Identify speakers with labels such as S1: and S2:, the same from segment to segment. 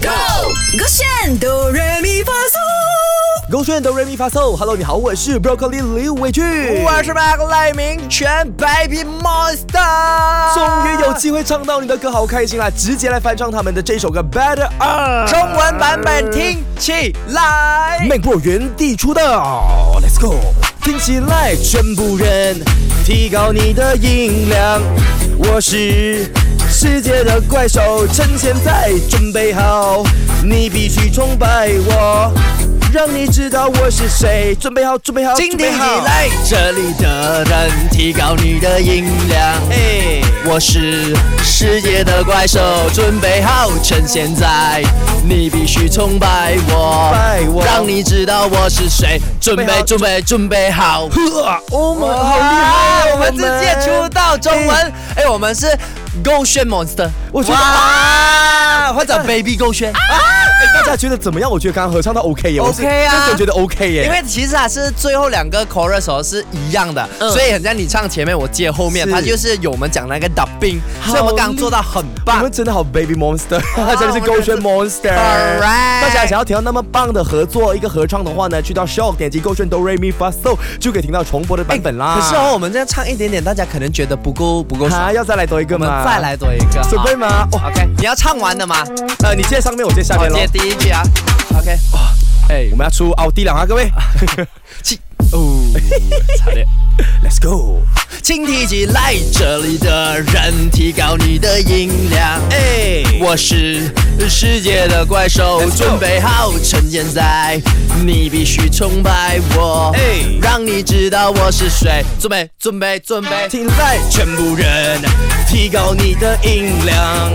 S1: Go，勾选哆来咪发嗦。
S2: 勾选的 Remy f a s o Hello，你好，我是 Broccoli 李伟俊，
S3: 我是八个赖明全 Baby Monster，
S2: 终于有机会唱到你的歌，好开心啦！直接来翻唱他们的这首歌《Better 二》，
S3: 中文版本听起来。
S2: 魅惑原地出道，Let's go！听起来全部人，提高你的音量，我是世界的怪兽，趁现在准备好，你必须崇拜我。让你知道我是谁，准备好，准备好，
S3: 今
S2: 准备
S3: 天起
S2: 好。
S3: 来，
S4: 哎这里的人提高你的音量。
S3: 哎，
S4: 我是世界的怪兽，准备好，趁现在，你必须崇拜我，
S2: 拜我
S4: 让你知道我是谁。准备，准备，准备好。哎
S2: 呵，Oh my，好厉害
S3: 哇
S2: 哦！
S3: 我们直接出道中文，哎，我们是
S4: 勾选 monster，
S2: 我觉得
S3: 哇，
S4: 或者 baby 勾选。
S2: 哎大家觉得怎么样？我觉得刚刚合唱到 OK 耶我是
S3: OK 啊
S2: 真的觉得 OK 耶。
S4: 因为其实它是最后两个 chorus 哦是一样的，
S3: 嗯
S4: 所以很像你唱前面，我接后面，
S2: 是
S4: 它就是有我们讲那个 dubbing，
S2: 好
S4: 所以我们刚刚做到很
S2: 你
S4: 棒
S2: 们。真的好 baby monster，真的是
S3: 我们
S2: 勾选 monster。
S4: Alright
S2: 大家想要听到那么棒的合作一个合唱的话呢，去到 show 点击勾选 do re mi fa so 就可以听到重播的版本啦。
S4: 可是哦，我们这样唱一点点，大家可能觉得不够不够爽，
S2: 啊，要再来多一个
S4: 我们
S2: 吗？
S4: 再，来多一个。
S2: 准备吗？哇，
S4: 好 OK，你要唱完的吗？
S2: 呃，你接上面，我接下
S4: 我
S2: 面喽
S4: 接。第一句啊。OK，哇，哎
S2: 我，们要出奥地了啊，各位
S4: 起哦， 差点。
S2: ，Let's go。
S4: 请提起来，这里的人提高你的音量。
S2: 哎，
S4: 我是世界的怪兽
S2: Let's，go
S4: 准备好，趁现在，你必须崇拜我，
S2: 哎
S4: 让你知道我是谁。准备，准备，准备，
S2: 听在
S4: 全部人提高你的音量。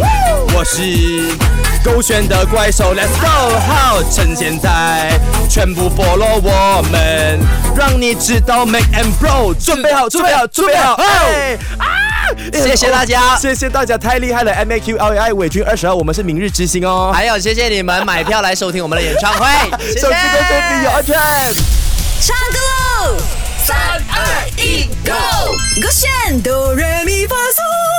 S4: 我是
S2: 勾选的怪兽，Let's go。
S4: 好，趁现在，全部 follow 我们，让你知道 make and bro，
S2: 准备好，准备好，准备好！哎，
S4: 谢谢大家。
S2: 谢谢大家，太厉害了！M A Q L A I 伟军二十二，我们是明日之星哦。
S4: 还有，谢谢你们买票来收听我们的演唱 会，谢谢
S2: 手机歌手必有安全。
S1: 唱歌喽！三二一，Go！勾选哆来咪发嗦。